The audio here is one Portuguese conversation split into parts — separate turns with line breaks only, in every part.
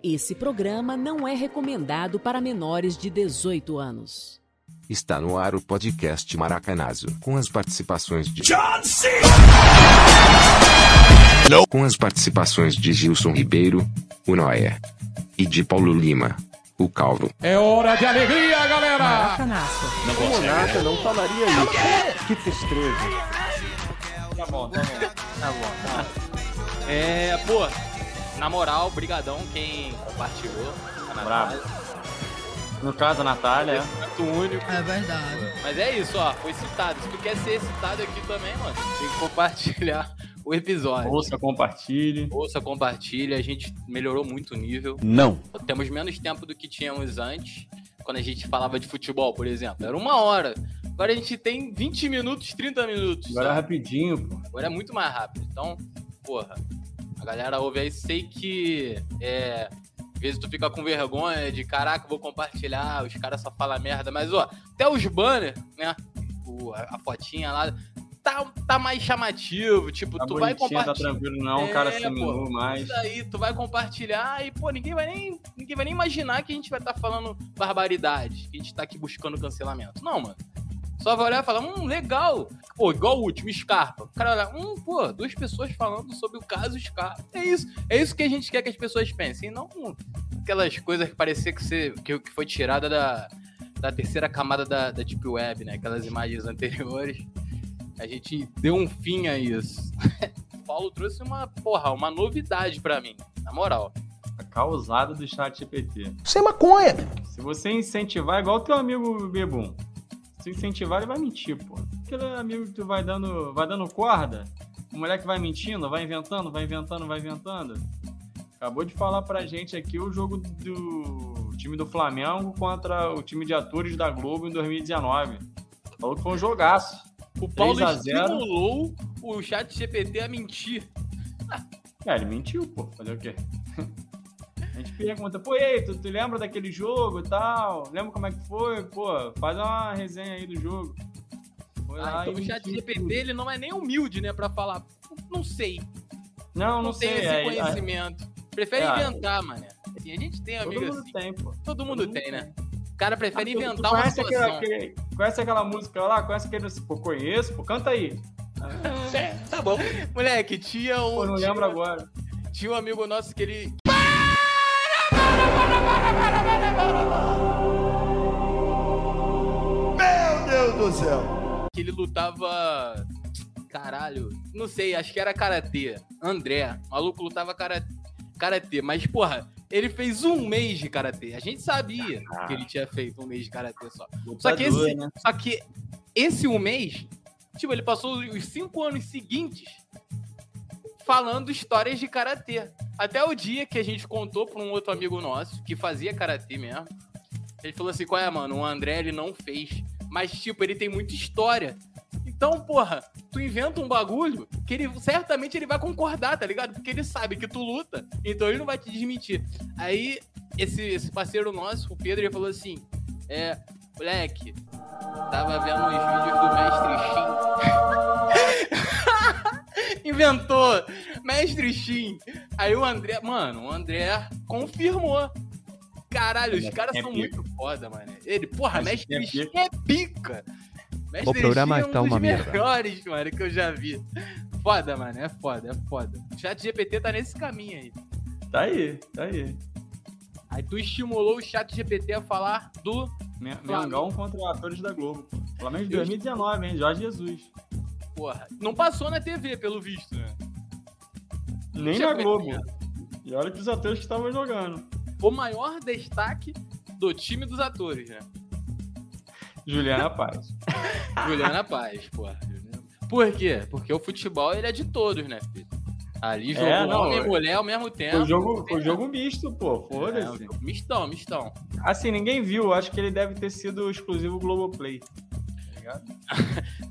Esse programa não é recomendado para menores de 18 anos.
Está no ar o podcast Maracanazo, com as participações de
John C.
com as participações de Gilson Ribeiro, o Noia, e de Paulo Lima, o Calvo.
É hora de alegria, galera!
Monarca não falaria isso. Que tristeza.
Tá bom, tá bom. Tá bom, tá bom. É, pô, na moral, brigadão quem compartilhou. tá a Natália.
No caso, a Natália.
Muito único.
É verdade.
Mas é isso, ó, foi citado. Se tu quer ser citado aqui também, mano, tem que compartilhar o episódio.
Ouça, compartilhe.
Ouça, compartilha, a gente melhorou muito o nível.
Não.
Temos menos tempo do que tínhamos antes, quando a gente falava de futebol, por exemplo. Era uma hora. Agora a gente tem 20 minutos, 30 minutos.
Agora é
sabe?
rapidinho, pô.
Agora é muito mais rápido. Então, porra, a galera ouve aí, sei que é. Às vezes tu fica com vergonha de caraca, vou compartilhar, os caras só falam merda, mas ó, até os banners, né? O- a, a fotinha lá, tá, tá mais chamativo, tipo,
Tá
tu vai
bonitinha, tá
compartilhar.
tranquilo, não.
É,
o cara
pô.
se minou mais.
Isso aí, tu vai compartilhar e, pô, ninguém vai nem, ninguém vai nem imaginar que a gente vai estar falando barbaridade, que a gente tá aqui buscando cancelamento. Não, mano. Só vai olhar e falar, hum, legal. Pô, igual o último, Scarpa. O cara olha, hum, pô, duas pessoas falando sobre o caso Scarpa. É isso. É isso que a gente quer que as pessoas pensem. E não aquelas coisas que parecia que, você, que, que foi tirada da, da terceira camada da, da Deep Web, né? Aquelas imagens anteriores. A gente deu um fim a isso. O Paulo trouxe uma, porra, uma novidade pra mim, na moral.
A causada Tá do chat GPT.
Isso é maconha.
Se você incentivar, é igual o teu amigo Bebum. Se incentivar, ele vai mentir, pô. Aquele amigo que tu vai dando, vai dando corda. O moleque vai mentindo, vai inventando, vai inventando, vai inventando. Acabou de falar pra gente aqui o jogo do time do Flamengo contra o time de atores da Globo em 2019. Falou que foi um jogaço.
O Paulo
3 a 0.
estimulou o chat GPT a mentir.
É, ele mentiu, pô. Fazer o quê? A gente pergunta, pô, e aí, tu, tu lembra daquele jogo e tal? Lembra como é que foi? Pô, faz uma resenha aí do jogo. Foi
Ah, então
e
o chat
mentiu
GPT,
tudo.
ele não é nem humilde, né, pra falar, não sei,
Não, não,
não,
sei.
tenho esse
é, é,
conhecimento. Prefere
É, ah,
inventar, mané. Assim, a gente tem
é, todo
amigo
mundo
assim,
tem, pô.
todo mundo
todo
tem,
mundo
né? O cara prefere
Ah, tu- tu
inventar uma
conhece aquela-
situação.
aquele- conhece aquela música lá? Conhece aquele... Pô, conheço, pô, canta aí.
Tá bom. Moleque, tinha um,
Pô, não
tinha,
lembro agora.
tinha um amigo nosso que ele...
Meu Deus do céu.
que ele lutava. Caralho, não sei, acho que era karatê. André, o maluco lutava kara- karatê, mas porra, ele fez um mês de karatê. A gente sabia
Ah.
que ele tinha feito um mês de karatê só. Só que esse,
né?
só que esse um mês, tipo, ele passou os cinco anos seguintes falando histórias de karatê. Até o dia que a gente contou pra um outro amigo nosso que fazia karatê mesmo. Ele falou assim: qual é, mano? O André ele não fez. Mas, tipo, ele tem muita história. Então, porra, tu inventa um bagulho que ele certamente ele vai concordar, tá ligado? Porque ele sabe que tu luta, então ele não vai te desmentir. Aí, esse, esse parceiro nosso, o Pedro, ele falou assim: É, moleque, tava vendo os vídeos do mestre Shin. Inventou! Mestre Shin! Aí o André, mano, o André confirmou. Caralho, os caras
é
são
pica.
muito foda, mano. Ele, porra,
Mas
Mestre
é
Shin é pica! Mestre
O programa
Shin é um
tá
dos
uma merda.
melhores, mano, que eu já vi. Foda, mano, é foda, é foda. O chat GPT tá nesse caminho aí.
Tá aí, tá aí.
Aí tu estimulou o chat GPT a falar do
Men- Mengão contra atores da Globo. pô. Flamengo de 2019, hein? Jorge Jesus.
Porra, não passou na TV, pelo visto, né?
Nem
Tinha
na Globo.
vergonha.
E olha que os atores que estavam jogando.
O maior destaque do time dos atores, né?
Juliana Paz.
Juliana Paz, porra. Por quê? Porque o futebol ele é de todos, né, filho? Ali jogou
não,
homem e
é-
mulher ao mesmo tempo.
Foi jogo,
Tem-
foi jogo misto, pô.
É,
Foda-se.
Mistão, mistão.
Assim, ninguém viu. Acho que ele deve ter sido exclusivo Globoplay.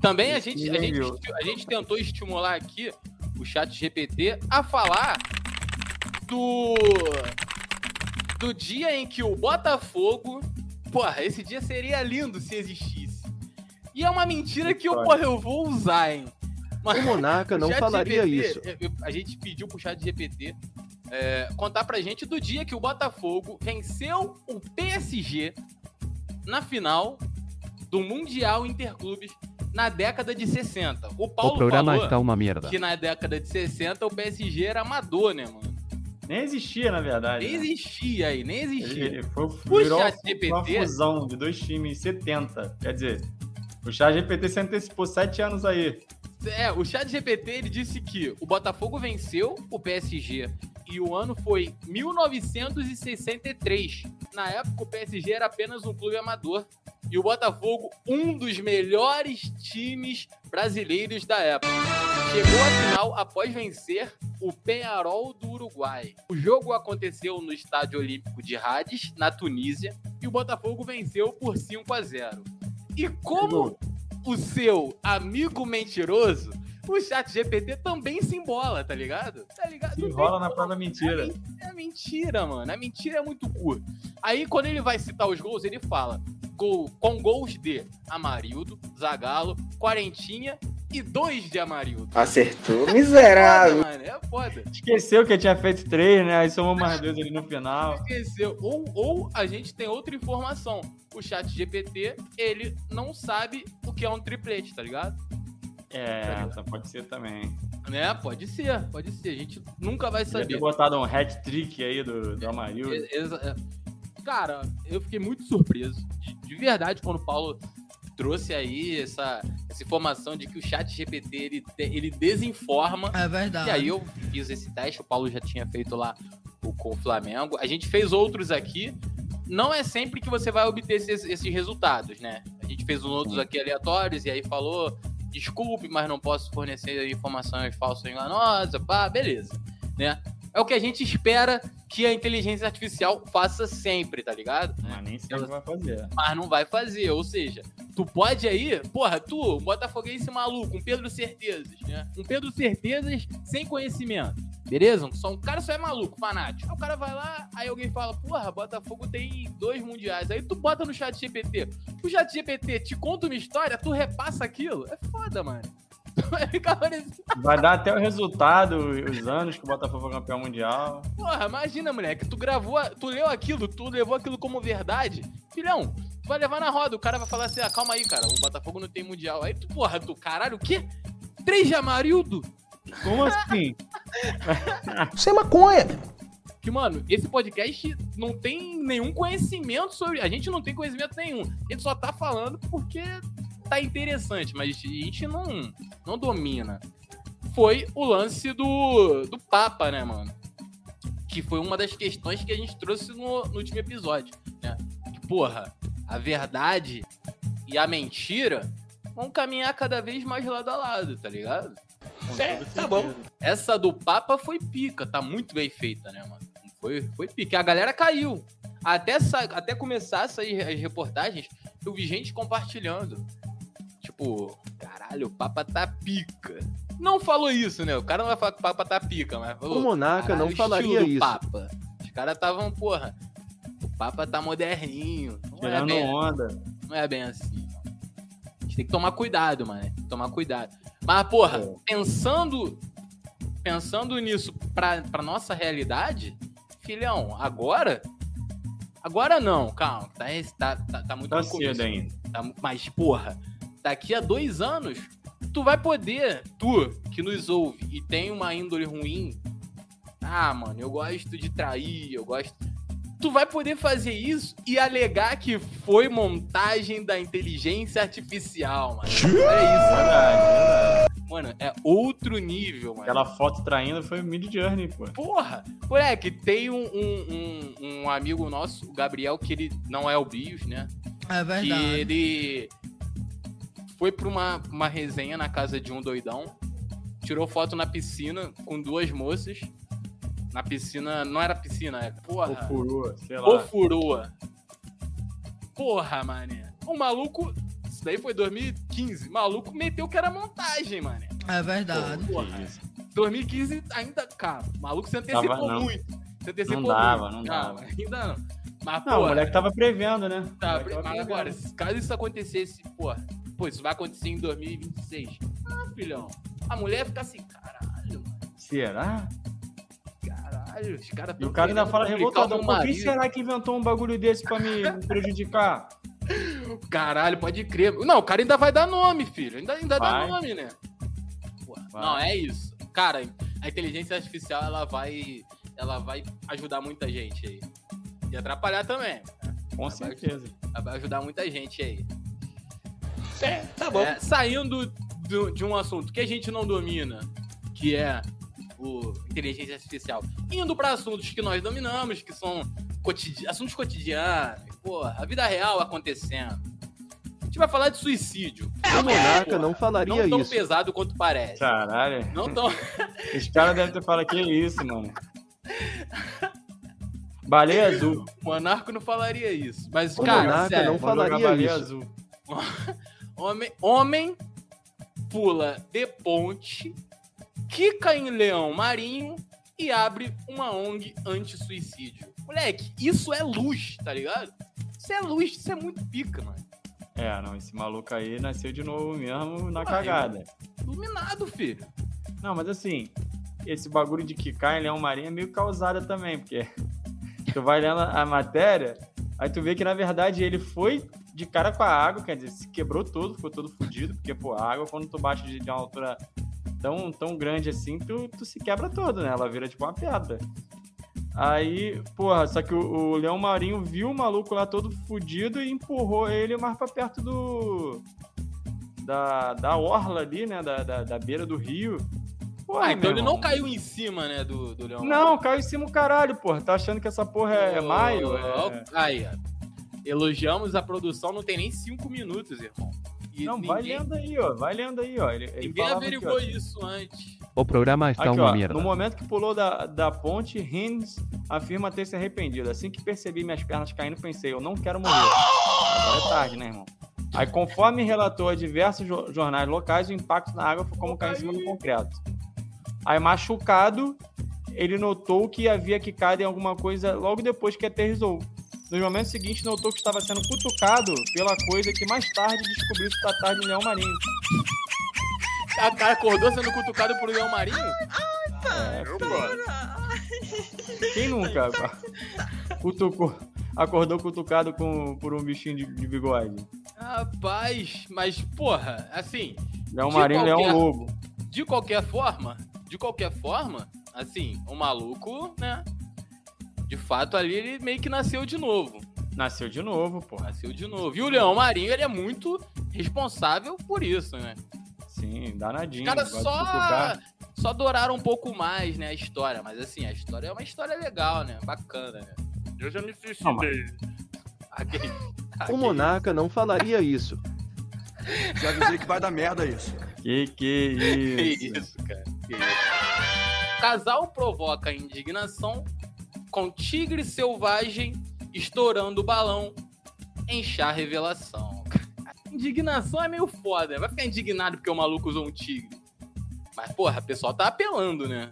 Também a gente, a,
Ninguém
gente,
viu.
esti- a gente tentou estimular aqui o chat GPT a falar do. do dia em que o Botafogo. Porra, esse dia seria lindo se existisse. E é uma mentira que eu,
Olha.
porra, eu vou usar, hein?
O Monarca
O
não
chat
falaria
GPT,
isso.
eu- eu- A gente pediu pro chat GPT é, contar pra gente do dia que o Botafogo venceu o PSG na final do Mundial Interclubes na década de 60. O Paulo
o programa
falou
está uma merda.
que na década de 60 o PSG era amador, né, mano?
Nem existia, na verdade.
É.
Nem
né?
existia aí, nem existia.
Ele, ele foi,
O
virou
chat
uma
GPT
fusão de dois times em 70. Quer dizer, o Chat GPT se antecipou sete anos aí.
É, o chat GPT ele disse que o Botafogo venceu o PSG e o ano foi 1963. Na época o PSG era apenas um clube amador e o Botafogo um dos melhores times brasileiros da época. Chegou à final após vencer o Penharol do Uruguai. O jogo aconteceu no Estádio Olímpico de Hades, na Tunísia, e o Botafogo venceu por 5 a 0. E como o seu amigo mentiroso, o chat GPT também se embola, tá ligado? Tá ligado?
Se
Não tem
enrola na
como.
própria mentira.
É mentira, mano. A mentira é muito curta. Aí, quando ele vai citar os gols, ele fala gol, com gols de Amarildo, Zagalo, Quarentinha e dois de Amarildo.
Acertou, miserável.
Foda, mano. É foda.
Esqueceu que tinha feito três, né? Aí somou mais dois ali no final.
Esqueceu. Ou, ou a gente tem outra informação. O chat GPT, ele não sabe o que é um triplete, tá ligado?
É, essa pode ser também.
Né? Pode ser, pode ser. A gente nunca vai
Podia
saber.
ter botado um hat-trick aí do, do Amarildo. né?
E- exa- é. Cara, eu fiquei muito surpreso. De, de verdade, quando o Paulo trouxe aí essa, essa informação de que o chat GPT ele, te- ele desinforma.
É verdade.
E aí eu fiz esse teste, o Paulo já tinha feito lá o, com o Flamengo. A gente fez outros aqui. Não é sempre que você vai obter esses, esses resultados, né? A gente fez uns outros aqui aleatórios e aí falou: desculpe, mas não posso fornecer informações falsas e enganosas. Pá, beleza. Né? É o que a gente espera que a inteligência artificial faça sempre, tá ligado?
Mas nem sei o que vai fazer.
Mas não vai fazer, ou seja, tu pode aí, porra, tu, um botafoguense maluco, um Pedro Certezas, né? Um Pedro Certezas sem conhecimento, beleza? Só um cara só é maluco, fanático. Aí o cara vai lá, aí alguém fala, porra, Botafogo tem dois mundiais. Aí tu bota no chat GPT, o chat GPT te conta uma história, tu repassa aquilo, é foda, mano. Tu vai ficar parecendo
Vai dar até o resultado, os anos que o Botafogo foi campeão mundial.
Porra, imagina, moleque, tu gravou, a- tu leu aquilo, tu levou aquilo como verdade. Filhão, tu vai levar na roda, o cara vai falar assim, ah, calma aí, cara, o Botafogo não tem mundial. Aí tu, porra, tu, caralho, o quê? Três de Amarildo?
Como assim?
Que, mano, esse podcast não tem nenhum conhecimento sobre... A gente não tem conhecimento nenhum. A gente só tá falando porque tá interessante, mas a gente não, não domina. Foi o lance do, do Papa, né, mano? Que foi uma das questões que a gente trouxe no, no último episódio, né? Que, porra, a verdade e a mentira vão caminhar cada vez mais lado a lado, tá ligado?
Certo,
tá bom. Essa do Papa foi pica, tá muito bem feita, né, mano? Foi, foi pica. A galera caiu. Até, sa- até começar a sair as reportagens, eu vi gente compartilhando. Tipo, caralho, o Papa tá pica. Não falou isso, né? O cara não vai falar que o Papa tá pica, mas falou.
O Monarca
"Caralho,
não
o
falaria
estilo do
isso.
Papa. Os caras estavam, porra, o Papa tá moderninho. Não é,
Tirando
bem,
onda.
não é bem assim. mano. A gente tem que tomar cuidado, mano. Tem que tomar cuidado. Mas, porra,
É.
pensando pensando nisso pra, pra nossa realidade, filhão, agora. Agora não, calma. Tá, tá, tá, tá muito
Tá
no começo.
cedo ainda.
Tá mu- Mas, porra, daqui a dois anos, tu vai poder, tu que nos ouve e tem uma índole ruim, ah, mano, eu gosto de trair, eu gosto. Tu vai poder fazer isso e alegar que foi montagem da inteligência artificial, mano. É isso,
Verdade.
mano. É outro nível, mano.
Aquela foto traindo foi o Mid Journey, pô.
Porra! Moleque, tem um, um, um- um amigo nosso, o Gabriel, que ele não é o Bios, né?
É
que
verdade.
ele foi pra uma, uma resenha na casa de um doidão, tirou foto na piscina com duas moças. Na piscina, não era piscina, é
Ou
porra.
furou, sei lá.
Ofurua. Porra, mané. O maluco, isso daí foi 2015, o maluco meteu que era montagem, mané.
É verdade.
Porra. 2015 ainda, cara, o maluco se antecipou
Tava não.
muito. Se antecipou
Não dava,
muito.
não dava.
Ainda não. Mas,
Não, o
porra,
moleque tava prevendo, né? O
Tá,
moleque tava
mas
prevendo.
agora, se- caso isso acontecesse, pô, pô, isso vai acontecer em 2026. Ah, filhão, a mulher fica assim, caralho, mano,
Será?
caralho. Caralho, os caras
E o cara ainda fala revoltado.
revoltado.
Por que será que inventou um bagulho desse pra me me prejudicar?
Caralho, pode crer. Não, o cara ainda vai dar nome, filho. Ainda, ainda dá
Vai.
nome, né? Pô,
Vai.
Não, é isso. Cara, a inteligência artificial, ela vai, ela vai ajudar muita gente aí. E atrapalhar também.
Com certeza.
Ela Vai ajudar muita gente aí.
É, tá bom.
É, saindo do- de um assunto que a gente não domina, que é o inteligência artificial, indo para assuntos que nós dominamos, que são cotidi- assuntos cotidianos, porra, a vida real acontecendo. A gente vai falar de suicídio.
O Monarca
Porra,
não falaria
não tão
isso.
pesado quanto parece.
Tá.
Caralho.
Não tão.
Os caras devem ter falado que é isso, mano. Baleia azul.
O Monarco não falaria isso. Mas,
O
cara,
Monarca
sério,
não
Mandou jogar
falaria
baleia
isso.
azul.
homem, homem pula de ponte, quica em leão marinho e abre uma ONG anti-suicídio. Moleque, isso é luz, tá ligado? Isso é luz, isso é muito pica, mano.
É, não, esse maluco aí nasceu de novo mesmo na cagada.
Iluminado, filho.
Não, mas assim, esse bagulho de quicar em Leão Marinho é meio causada também, porque tu vai lendo a matéria, aí tu vê que na verdade ele foi de cara com a água, quer dizer, se quebrou todo, ficou todo fudido, porque, pô, a água, quando tu baixa de, de uma altura tão, tão grande assim, tu, tu se quebra todo, né? Ela vira tipo uma pedra. Aí, porra, só que o, o Leão Marinho viu o maluco lá todo fudido e empurrou ele mais pra perto do. Da, da orla ali, né? Da, da, da beira do rio. Porra,
ah, então
meu
ele
irmão.
não caiu em cima, né, do, do leão.
Não, caiu em cima o caralho, porra. Tá achando que essa porra é, é maio? É...
Ó, Aí, ó. Elogiamos a produção, não tem nem cinco minutos, irmão. E
Não, vai
ninguém,
lendo aí, ó. Vai lendo aí, ó. Ele, ele
ninguém
falava
averigou
aqui,
isso antes.
O programa
ó.
tá
está
Aqui,
uma
ó,
mierda.
No momento que pulou da, da ponte, Hines afirma ter se arrependido. Assim que percebi minhas pernas caindo, pensei, eu não quero morrer. Agora é tarde, né, irmão? Aí, conforme relatou a diversos jo- jornais locais, o impacto na água foi como cair em cima do concreto. Aí, machucado, ele notou que havia quicado em alguma coisa logo depois que aterrizou. Nos momentos seguintes, notou que estava sendo cutucado pela coisa que mais tarde descobriu se tratar de um leão marinho.
Ah, O cara acordou sendo cutucado por um leão marinho?
É, Quem nunca pá, cutucou, acordou cutucado com, por um bichinho de, de bigode?
Rapaz, mas porra, assim,
Leão
De
é um marinho,
qualquer-
leão lobo.
de qualquer forma, de qualquer forma, assim, o maluco, né? De fato, ali ele meio que nasceu de novo.
Nasceu de novo, porra.
Nasceu de novo. E o Leão Marinho, ele é muito responsável por isso, né?
Sim, danadinho.
Os caras
gosta de
só,
cutucar.
só douraram um pouco mais, né, a história. Mas assim, a história é uma história legal, né? Bacana, né? Eu já me
Não,
suicidei. Aquele-
O
aquele-
Monarca não falaria isso.
Já avisei que vai dar merda isso.
Que que
Que
isso?
isso, cara. Que isso. Casal provoca indignação com tigre selvagem estourando o balão em chá revelação. Indignação é meio foda. né? Vai ficar indignado porque o maluco usou um tigre. Mas, porra, o pessoal tá apelando, né?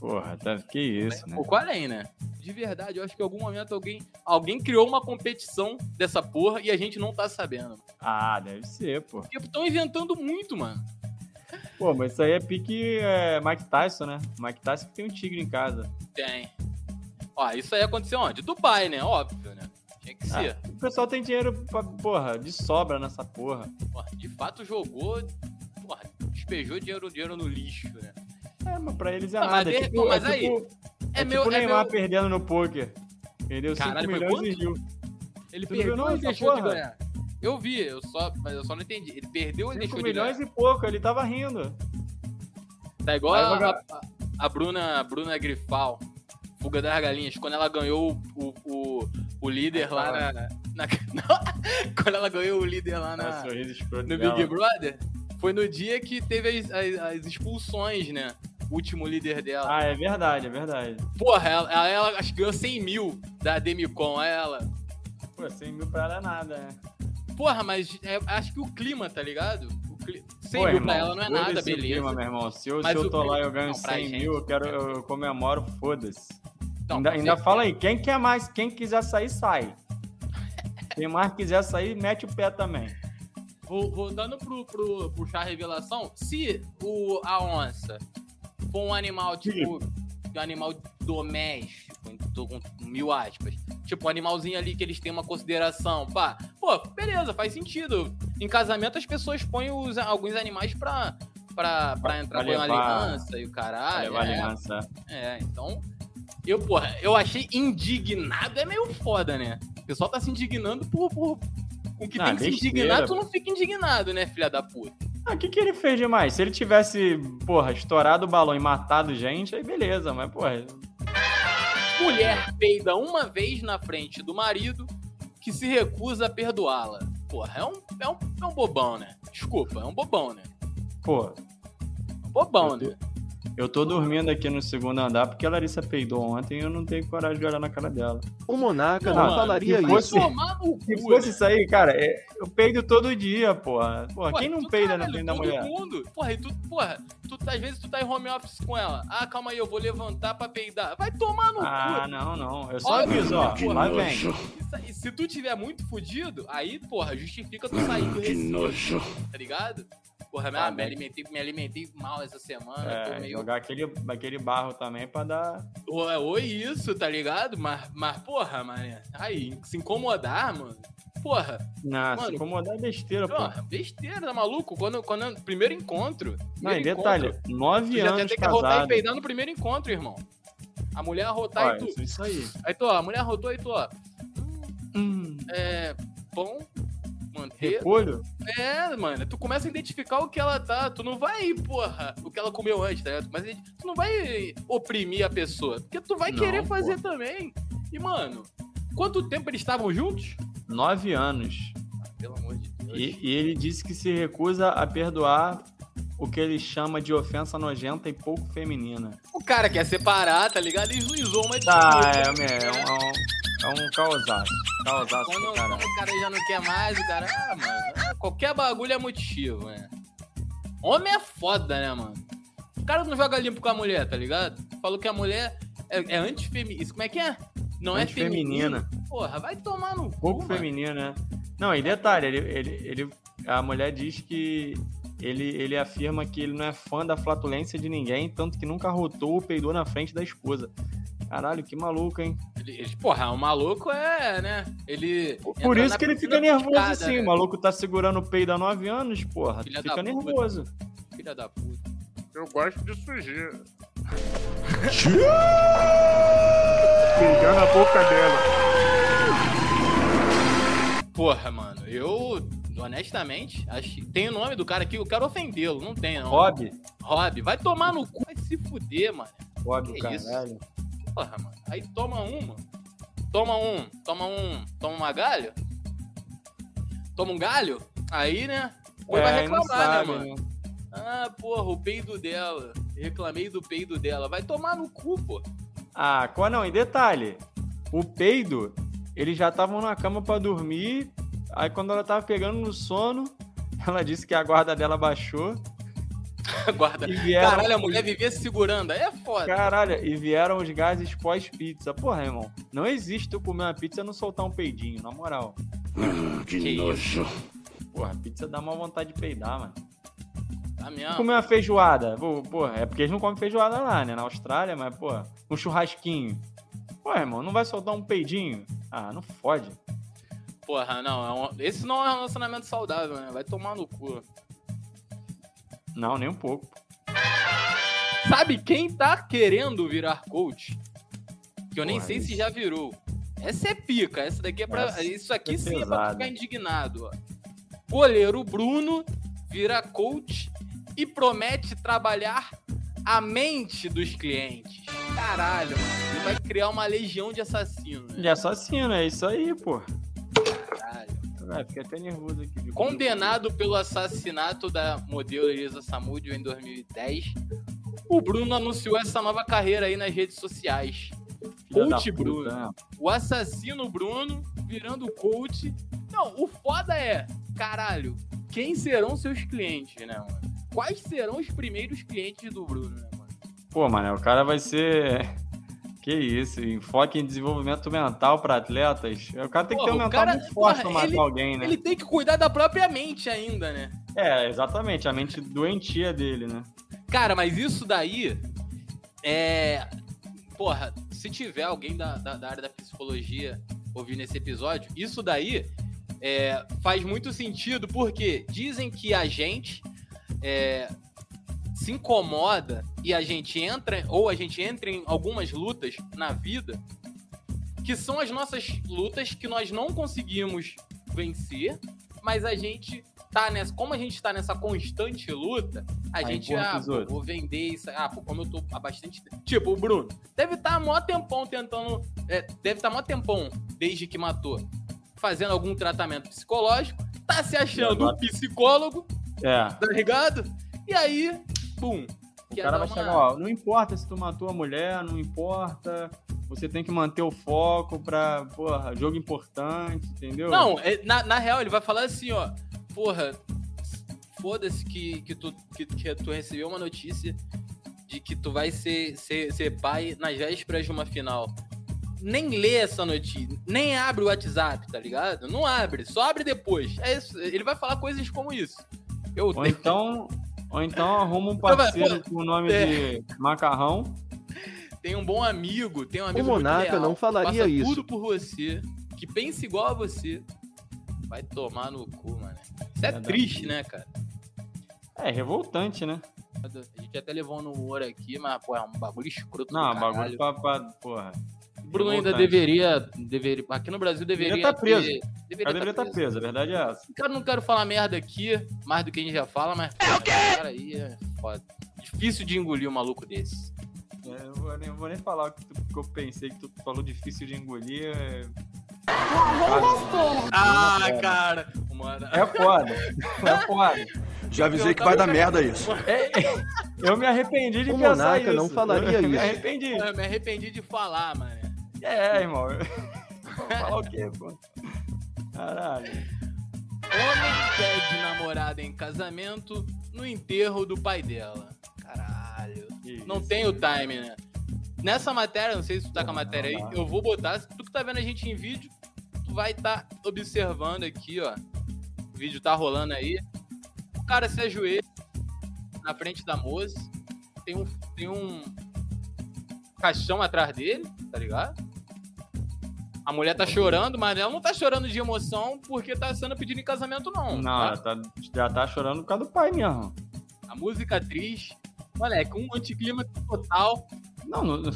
Porra, tá, que isso,
Um
né?
pouco além, né? De verdade, eu acho que em algum momento alguém, alguém criou uma competição dessa porra e a gente não tá sabendo.
Ah, deve ser, pô.
Porque estão inventando muito, mano.
Pô, mas isso aí é pique é, Mike Tyson, né? Mike Tyson que tem um tigre em casa.
Tem. Ó, isso aí aconteceu onde? Dubai, né? Óbvio, né? Tinha que ser.
O pessoal tem dinheiro, pra, porra, de sobra nessa porra.
Porra, de fato jogou, porra, despejou dinheiro, dinheiro no lixo, né?
É, mas pra eles é
Ah, mas
nada.
de-
É tipo,
pô, mas
é
aí-
tipo, É, tipo o Neymar perdendo no poker. Perdeu 5
Caralho, foi
milhões e
quanto?
riu.
Ele
Tu não viu
perdeu
não
e
essa
deixou de
porra?
ganhar. Eu vi, eu só, mas eu só não entendi. Ele perdeu e
5
deixou de
milhões
ganhar.
e pouco, ele tava rindo.
Tá igual
Aí
a,
vai
a, a Bruna, a Bruna Grifal, Fuga das Galinhas, quando ela ganhou o, o, o
tá
líder lá na, na- não, quando ela ganhou o líder lá na,
Nossa, sorriso escroto
no
dela.
Big Brother, foi no dia que teve as, as- as expulsões, né? O último líder dela.
Ah, é verdade, é verdade.
Porra, ela, ela, ela acho que ganhou 100 mil da Demicon, aí ela.
Pô, 100 mil pra ela é nada, né?
Porra, mas é, acho que o clima, tá ligado? O cli... 100
Pô,
mil
irmão,
pra ela não é
foda-se
nada,
o
beleza.
clima, meu irmão. Se eu, se
Mas
eu
o
tô lá e eu
clima-
ganho
não, pra
100
gente.
mil, eu, quero, eu comemoro, foda-se.
Não,
ainda
Então, com
ainda
certeza.
fala aí, quem quer mais, quem quiser sair, sai. Quem mais quiser sair, mete o pé também.
Vol- Voltando pro, pro, pro chá revelação, se o, a onça for um animal tipo. Um animal doméstico, tô com mil aspas. Tipo, um animalzinho ali que eles têm uma consideração, pá. Pô, beleza, faz sentido. Em casamento as pessoas põem os- alguns animais pra, pra, pra entrar com
levar.
a aliança e o caralho.
Levar
é.
aliança.
É, então. Eu, porra, eu achei indignado é meio foda, né? O pessoal tá se indignando por. por... O que
Ah,
tem que se
besteira.
indignar, tu não fica indignado, né, filha da puta?
Ah, o que, que ele fez demais? Se ele tivesse, porra, estourado o balão e matado gente, aí beleza, mas, porra,
Mulher peida uma vez na frente do marido que se recusa a perdoá-la. Porra, é um, é, um, é um bobão, né? Desculpa, é um bobão, né?
pô,
É um bobão, né?
eu tô dormindo aqui no segundo andar porque a Larissa peidou ontem e eu não tenho coragem de olhar na cara dela.
O Monarca
Não,
não,
mano,
falaria
se
isso.
fosse-
Tomar no
Se
cu.
fosse
né?
isso aí, cara, é- eu peido todo dia, porra. Porra,
Porra,
quem não
tu,
peida na
então
frente
caralho,
da
todo
mulher?
Mundo, porra, e tu, porra, tu, às vezes tu tá em home office com ela. Ah, calma aí, eu vou levantar pra peidar. Vai tomar no cu.
Ah, não, não. Eu só
Olha,
aviso, ó.
que
Lá vem.
nojo. Isso aí, se tu tiver muito fudido, aí, porra, justifica tu sair do Recife, tá ligado? Porra, me,
Tá
me
bem.
alimentei, me alimentei mal essa semana, tô
É,
meio...
jogar aquele, aquele barro também pra dar.
Ou, ou isso, tá ligado? Mas, mas porra, mané, aí, se incomodar, mano, porra,
Não,
Mano,
se incomodar é besteira, pô.
porra, besteira, tá maluco? Quando, quando é o primeiro encontro...
Não, e
primeiro
detalhe,
encontro, tu
nove
já
anos
tem que arrotar e
casado.
peidar no primeiro encontro, irmão. A mulher arrotar
Ó,
e tu...
isso, isso aí.
Aí tu, ó, a mulher arrotou e tu, ó,
Hum,
é... Pão, manteiga...
repolho?
É, mano, tu começa a identificar o que ela tá. Tu não vai, porra, o que ela comeu antes, tá ligado? Tu, começa a identi- tu não vai oprimir a pessoa. Porque tu vai
Não,
querer fazer também. E, mano, quanto tempo eles estavam juntos?
Nove anos.
Pelo amor de Deus.
E, e ele disse que se recusa a perdoar o que ele chama de ofensa nojenta e pouco feminina.
O cara quer separar, tá ligado? E juizou uma né?
Tá,
disputa.
é, é, é um, é um causaço. Causaço do
Quando
cara.
o cara já não quer mais, o cara. Ah, mano. ah, Qualquer bagulho é motivo, né? Homem é foda, né, mano? O cara não joga limpo com a mulher, tá ligado? Falou que a mulher é, é antifeminina. Isso como é que é? Não é feminina.
Feminina.
Porra, vai tomar no cu.
Pouco
mano.
feminina, né? Não, e detalhe, ele, ele, ele- a mulher diz que ele, ele afirma que ele não é fã da flatulência de ninguém, tanto que nunca rotou ou peidou na frente da esposa. Caralho, que maluco, hein?
Ele, ele- porra, o maluco é, né? Ele.
Por
entra
isso
na
que ele
piscina
fica nervoso
picada,
assim.
né?
O maluco tá segurando o peido há nove anos, porra.
Filha da
fica
puta.
nervoso.
Filha da puta.
Eu gosto de sujeira. Pegando a boca dela.
Porra, mano, eu. Honestamente, acho... tem o nome do cara aqui, eu quero ofendê-lo. Não tem, não.
Rob,
Rob, vai tomar no cu, vai se fuder, mano.
Rob,
Que isso?
caralho.
Porra, mano. Aí toma uma. Toma um, toma um, toma uma galho. Toma um galho. Aí, né? Depois vai
É, aí não
reclamar,
sabe,
né, mano? Ah, porra, o peido dela. Reclamei do peido dela. Vai tomar no cu, pô.
Ah, qual não? E detalhe, o peido, eles já estavam na cama pra dormir, aí quando ela tava pegando no sono, ela disse que a guarda dela baixou
Guarda.
e vieram...
Caralho, a mulher vivia se segurando. Aí é foda.
Caralho, e vieram os gases pós-pizza. Porra, irmão, não existe eu comer uma pizza e não soltar um peidinho, na moral.
Que, nojo.
Porra, pizza dá uma vontade de peidar, mano.
Tá
E
mesmo.
comer uma feijoada? Vou- Porra, é porque eles não comem feijoada lá, né? Na Austrália, mas, porra, um churrasquinho. Porra, irmão, não vai soltar um peidinho? Ah, não fode.
Porra, não. é um- Esse não é um relacionamento saudável, né? Vai tomar no cu.
Não, nem um pouco.
Sabe quem tá querendo virar coach? Que eu nem
Porra,
sei se
isso.
já virou. Essa é pica, essa daqui é pra.
Essa
isso aqui
é
sim é pra
pesada.
tu ficar indignado, ó. Goleiro Bruno vira coach e promete trabalhar a mente dos clientes. Caralho, mano. Ele vai criar uma legião de assassinos.
De
Né?
assassino, é isso aí, pô.
Caralho.
É, fiquei até nervoso aqui. viu?
Condenado pelo assassinato da modelo Elisa Samudio em 2010, o Bruno anunciou essa nova carreira aí nas redes sociais.
Filha da
Coach
puta,
Bruno.
né?
O assassino Bruno virando coach. Não, o foda é, caralho, quem serão seus clientes, né, mano? Quais serão os primeiros clientes do Bruno, né, mano?
Pô, mano, o cara vai ser. Que isso, enfoque em desenvolvimento mental pra atletas. O cara tem que ter
Porra,
um
o
mental
cara-
muito forte pra
porra,
matar
ele-
alguém, né?
Ele tem que cuidar da própria mente ainda, né?
É, exatamente, a mente doentia dele, né?
Cara, mas isso daí é. porra, se tiver alguém da, da, da área da psicologia ouvindo esse episódio, isso daí é, faz muito sentido, porque dizem que a gente é, se incomoda e a gente entra, ou a gente entra em algumas lutas na vida, que são as nossas lutas que nós não conseguimos vencer, mas a gente tá nessa, como a gente tá nessa constante luta, a
Aí
gente,
empurra
ah,
pros
pô,
outros.
vou vender isso, ah, pô, como eu tô há bastante tempo. Tipo, o Bruno, deve estar tá há mó tempão tentando, é, deve estar tá mó tempão, desde que matou, fazendo algum tratamento psicológico, tá se achando
Uhum.
um psicólogo,
É.
tá ligado? E aí, bum.
O
quer
cara
dar
vai chegar, ó, não importa se tu matou a mulher, não importa. Você tem que manter o foco pra, porra, jogo importante, entendeu?
Não, é- na, na real, ele vai falar assim, ó. Porra, foda-se que, que, tu, que, que tu recebeu uma notícia de que tu vai ser, ser, ser pai nas vésperas de uma final. Nem lê essa notícia, nem abre o WhatsApp, tá ligado? Não abre, só abre depois. É isso, ele vai falar coisas como isso. Eu
Ou
tenho-
então, ou então arruma um
Não, mas,
parceiro com o nome
é.
de macarrão.
tenho um bom amigo, tenho um amigo
Como
muito
nada,
leal,
não falaria
passa
isso.
tudo por você, que pensa igual a você. Vai tomar no cu, mano. Isso é
Verdade.
triste, né, cara?
É revoltante, né?
A gente até levou no ouro aqui, mas, pô, é um bagulho escroto.
Não,
do
bagulho
caralho.
pra, pra porra.
O Bruno ainda
revoltante.
deveria, deveria. Aqui no Brasil deveria.
Deveria tá
ter-
preso. O
Deveria
cara deveria estar
tá preso.
preso, a verdade é essa.
Cara, não quero falar merda aqui, mais do que a gente já fala, mas. É o quê? Cara, aí é foda. Difícil de engolir um maluco desse.
É, Eu vou nem, vou nem falar o que, tu- que eu pensei que tu falou difícil de engolir. É,
Ah, cara! Mano.
é foda. É foda.
Já avisei
Eu
que vai dar
tava-
merda isso.
É.
Eu me arrependi de
O
pensar
Monarca
isso.
não falaria
Eu me
isso.
arrependi.
Porra, eu me arrependi de falar, mano.
É, irmão. Falar o quê, pô? Caralho.
Homem pede namorada em casamento no enterro do pai dela. Caralho.
Que
Não
isso.
tem o time, né? Nessa matéria, não sei se tu tá com a
Ah,
matéria aí, eu vou botar. Se tu que tá vendo a gente em vídeo, tu vai estar tá observando aqui, ó. O vídeo tá rolando aí. O cara se ajoelha na frente da moça. Tem um, tem um caixão atrás dele, tá ligado? A mulher tá chorando, mas ela não tá chorando de emoção porque tá sendo pedido em casamento, não.
Não, é.
tá?
ela tá, já tá chorando por causa do pai mesmo.
A música é triste. Moleque, um anticlima total.
Não, não. não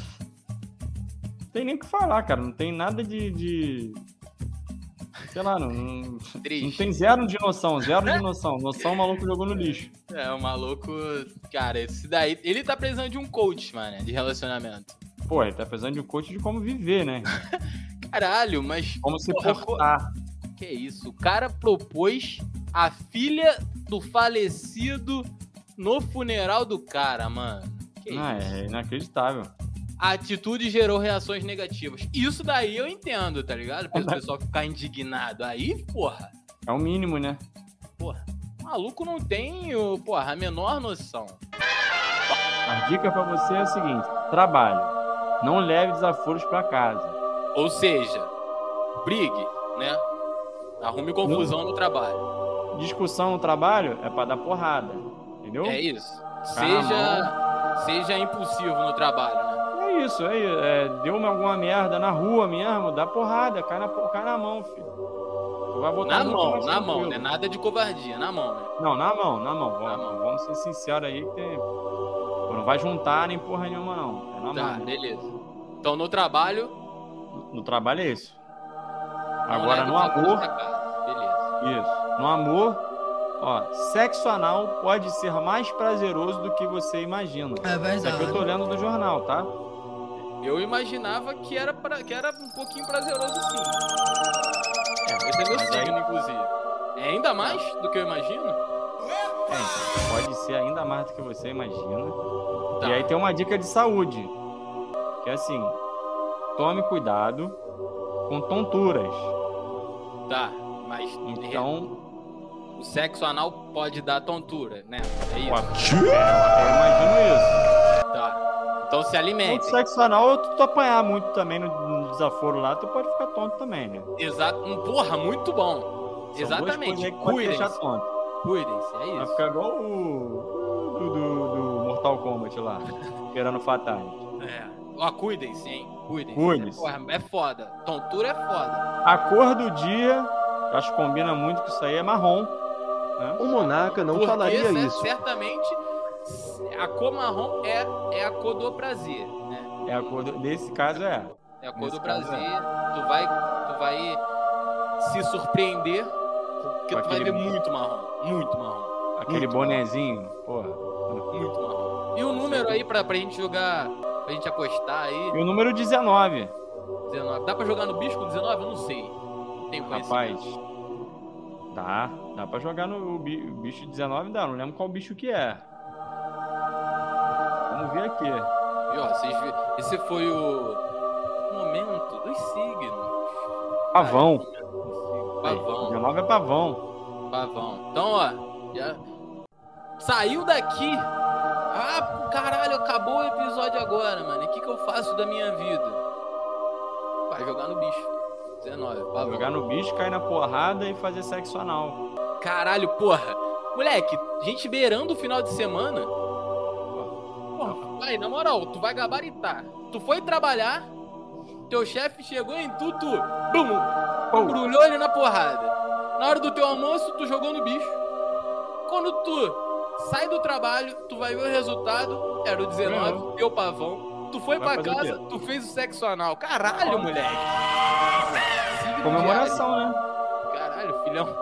tem nem o que falar, cara. Não tem nada de. de- Sei lá, não, não, não
Triste.
tem zero de noção, zero de noção. Noção o maluco jogou no lixo.
É, o maluco. Cara, esse daí. Ele tá precisando de um coach, mano, de relacionamento.
Pô, ele tá precisando de um coach de como viver, né?
Caralho, mas.
Como se
Porra,
portar.
Que isso? O cara propôs a filha do falecido no funeral do cara, mano. Que
Ah,
isso?
é inacreditável.
A atitude gerou reações negativas. Isso daí eu entendo, tá ligado? Pelo pessoal ficar indignado. Aí, porra.
É o mínimo, né?
Porra. O maluco não tem, ô, porra, a menor noção.
A dica pra você é a seguinte: trabalhe. Não leve desaforos pra casa.
Ou seja, brigue, né? Arrume confusão no trabalho.
Discussão no trabalho é pra dar porrada. Entendeu?
É isso. Seja, seja impulsivo no trabalho, né?
É isso, é, isso. é deu uma- alguma merda na rua mesmo, dá porrada, cai na, po- cai na mão, filho. Tu vai botar
Na
muito
mão,
mais
na mão,
tá tranquilo.
né? Nada de covardia, na mão, né?
Não, na mão, na mão. Vamos,
Na mão.
vamos ser sinceros aí que tem. Pô, Não vai juntar nem porra nenhuma, não. É na
Tá,
mão.
beleza. Então no trabalho.
No trabalho é isso.
não né?
Agora
leve
no
pra
amor,
nossa casa. Beleza.
isso. No amor, ó, sexo anal pode ser mais prazeroso do que você imagina. É verdade. Isso aqui eu tô olhando do jornal, tá?
É, Eu imaginava que era, pra, que era um pouquinho prazeroso sim. Esse é meu
mas aí- Tá.
signo, inclusive. É ainda mais do que eu imagino?
É, então, Pode ser ainda mais do que você imagina.
Tá.
E aí tem uma dica de saúde. Que é assim, tome cuidado com tonturas.
Tá. Mas é,
Então,
o sexo anal pode dar tontura, né? É isso.
Ué. eu imagino isso.
Tá. Então se
Ou
alimente.
tu sexo anal, tu, tu apanhar muito também no, no desaforo lá, tu pode ficar tonto também, né?
Exato. Um, porra, muito bom.
São duas coisas
Exatamente.
aí que pode deixar
Cuidem-se.
tonto.
Cuidem-se. É
Vai
isso.
ficar igual o do, do, do Mortal Kombat lá, esperando o Fatality.
É. Ó, cuidem-se, hein? Cuidem-se.
Cuidem-se.
Porra, é foda. Tontura é foda.
A cor do dia, eu acho que combina muito com isso aí, é marrom. né?
O Monaca não
Porque,
falaria
cer-
isso.
Certamente, a cor marrom é, é a cor do prazer, né?
É a cor do... Nesse caso é.
É a cor
Nesse
do
caso,
prazer. Tu vai, tu vai se surpreender, porque
Com
tu vai
aquele-
ver muito marrom. Muito marrom.
Aquele bonezinho, porra.
Muito marrom. E o número aí pra, pra gente jogar, pra gente apostar aí,
E o número 19,
19. Dá pra jogar no bicho com 19? Eu não sei. Não tenho
rapaz.
conhecimento.
Dá, dá pra jogar no o bi- o bicho 19, dá. Não lembro qual bicho que é. Vamos ver aqui.
E ó, vocês viram. Esse foi o momento dos signos.
Pavão.
Pavão,
19 é pavão.
pavão. Então, ó, já saiu daqui. Ah, caralho, acabou o episódio agora, mano. E O que, que eu faço da minha vida? Vai jogar no bicho. 19, pavão.
Jogar no bicho, cair na porrada e fazer sexo anal.
Caralho, porra. Moleque, gente beirando o final de semana. Porra, vai, na moral, tu vai gabaritar. Tu foi trabalhar, teu chefe chegou em tu, tu bum, embrulhou ele na porrada. Na hora do teu almoço, tu jogou no bicho. Quando tu sai do trabalho, tu vai ver o resultado, era o 19, teu pavão. Tu foi
Uhum. Vai
pra
fazer o
casa, tu fez o sexo anal. Caralho, moleque. Signo
Comemoração, né?
Caralho, filhão.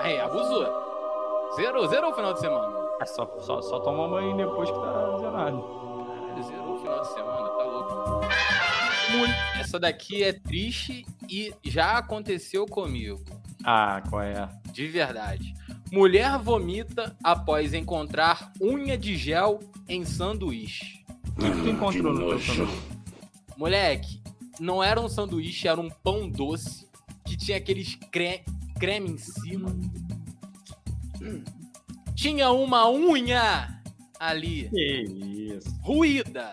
Aí, abusou. Zerou, zerou o final de semana.
É só, só, só tomar banho depois que tá zerado.
Caralho, zerou o final de semana, tá louco. Muito. Essa daqui é triste e já aconteceu comigo.
Ah, qual é?
De verdade. Mulher vomita após encontrar unha de gel em sanduíche.
O que que tu encontrou no teu sanduíche?
Moleque, não era um sanduíche, era um pão doce que tinha aqueles cre- creme em cima. Tinha uma unha ali.
Que isso.
ruída.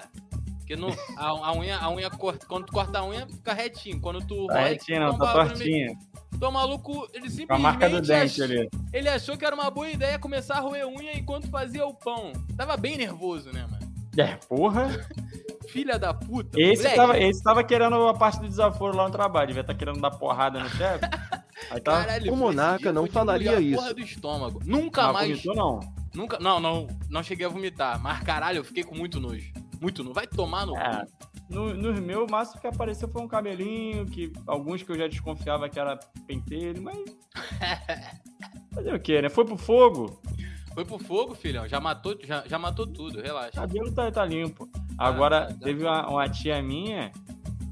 Porque não, a, a unha, a unha corta, quando tu corta a unha, fica retinho. Quando tu
Tá
rola,
retinha, não,
fica um
tá
bagulho meio-
tortinha.
Então o maluco, ele simplesmente.
Com a marca do
ach-
dente ali.
Ele achou que era uma boa ideia começar a roer unha enquanto fazia o pão. Tava bem nervoso, né, mano?
É, porra.
Filha da puta.
Esse
Então,
tava,
moleque.
esse tava querendo a parte do desaforo lá no trabalho. Devia tá querendo dar porrada no chefe. Aí tá.
Caralho,
O
esse
Monarca
dia eu
não
vou te engolir
falaria
a porra
isso.
do estômago. Nunca
não
mais.
vomitou, não.
Nunca. Não, não. Não cheguei a vomitar. Mas caralho, eu fiquei com muito nojo. Muito nojo. Vai tomar no.
É.
cu.
No, no meu, o máximo que apareceu foi um cabelinho, que alguns que eu já desconfiava que era pentelho, mas. Fazer o quê, né? Foi pro fogo,
Foi pro fogo, filhão. Já matou, já, já matou tudo. Relaxa.
cabelo tá, tá limpo. Agora,
tá, tá.
teve uma, uma tia minha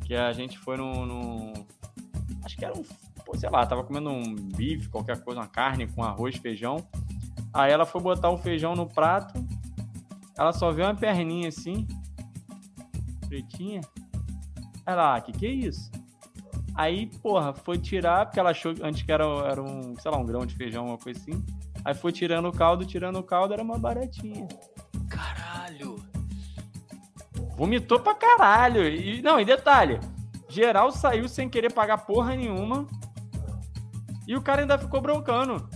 que a gente foi num. num- Acho que era um. Pô, sei lá, tava comendo um bife, qualquer coisa, uma carne com arroz, feijão. Aí ela foi botar o feijão no prato, ela só vê uma perninha assim, pretinha. Ela, ah, que que é isso? Aí, porra, foi tirar, porque ela achou antes que era, era um, sei lá, um grão de feijão, uma coisa assim. Aí foi tirando o caldo, tirando o caldo, era uma baratinha.
Caralho.
Vomitou pra caralho. E, não, e detalhe: geral saiu sem querer pagar porra nenhuma. E o cara ainda ficou broncando.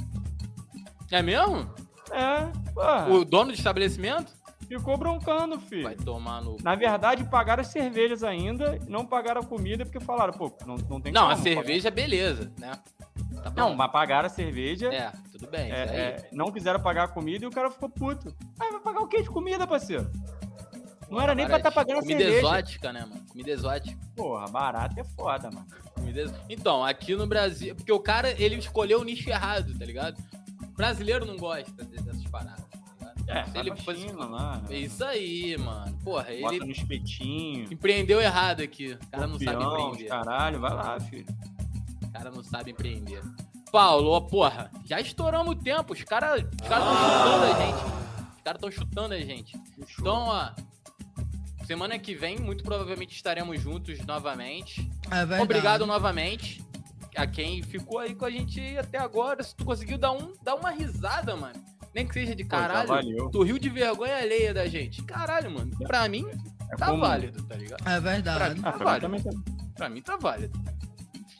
É mesmo?
É, pô,
O dono do estabelecimento?
ficou broncando, filho.
Vai tomar no.
Na verdade, pagaram as cervejas ainda, não pagaram a comida, porque falaram, pô, não, não tem
Não,
como
a cerveja, beleza, né? Tá
pagar. Não,
bom.
mas pagaram a cerveja,
É, tudo bem.
é,
isso aí.
é, não quiseram pagar a comida e o cara ficou puto. Aí vai pagar o quê de comida, parceiro? Não era nem pra estar
Barato.
tá pagando a
Comida
cerveja.
exótica, né, mano? Comida exótica.
Porra, barato é foda, mano.
Comida ex- Então, aqui no Brasil. Porque o cara, ele escolheu o nicho errado, tá ligado? brasileiro não gosta de- dessas paradas. tá ligado?
É,
Se
vai
ele
pra
fosse-
China, lá.
É isso aí, mano. Porra,
Ah. Bota
ele
no espetinho.
empreendeu errado aqui. O cara não sabe
Campeão,
empreender.
Caralho, vai lá, filho.
Os caras não sabem empreender. Paulo, ó, porra, já estouramos o tempo. Os caras os cara
Ah.
tão chutando a gente. Os caras estão chutando a gente. Então, ó. Semana que vem, muito provavelmente estaremos juntos novamente.
É
Obrigado novamente a quem ficou aí com a gente até agora. Se tu conseguiu dar, um, dar uma risada, mano. Nem que seja de
Pô, tá já
caralho.
valeu.
tu riu de vergonha alheia da gente. Caralho, mano. Pra mim,
É
tá
como-
válido, tá ligado?
É
Pra
verdade.
mim,
Ah,
tá
pra mim
válido.
também tá.
Pra mim tá válido.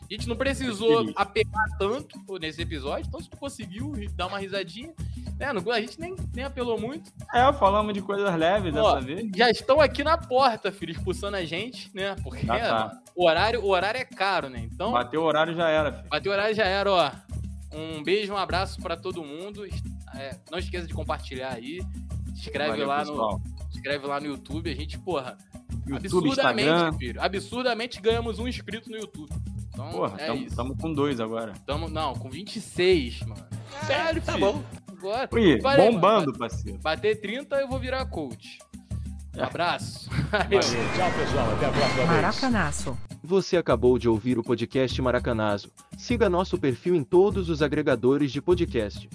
A gente não precisou apelar tanto nesse episódio, então se tu conseguiu dar uma risadinha, né? não- A gente nem, nem apelou muito.
É, falamos de coisas leves
Ó, então
dessa vez.
Já estão aqui na porta, filho, expulsando a gente, né? Porque
Ah, tá.
o, horário, o horário é caro, né? Então,
Bateu o horário já era, filho.
bateu o horário já era, ó. Um beijo, um abraço pra todo mundo. É, não esqueça de compartilhar aí. Escreve
Valeu,
lá no,
pessoal.
inscreve lá no YouTube, a gente, porra,
YouTube,
absurdamente,
Instagram.
filho, absurdamente ganhamos um inscrito no YouTube. Então,
Porra,
é
tamo,
isso.
tamo com dois agora.
Tamo, não, com 26, mano. Sério,
tá
filho.
bom.
Agora,
Ui,
Valeu, mano.
bombando, parceiro.
bater 30, eu vou virar coach.
É.
Um abraço.
Tchau, pessoal. Até a próxima vez.
Maracanaço.
Você acabou de ouvir o podcast Maracanazo. Siga nosso perfil em todos os agregadores de podcast.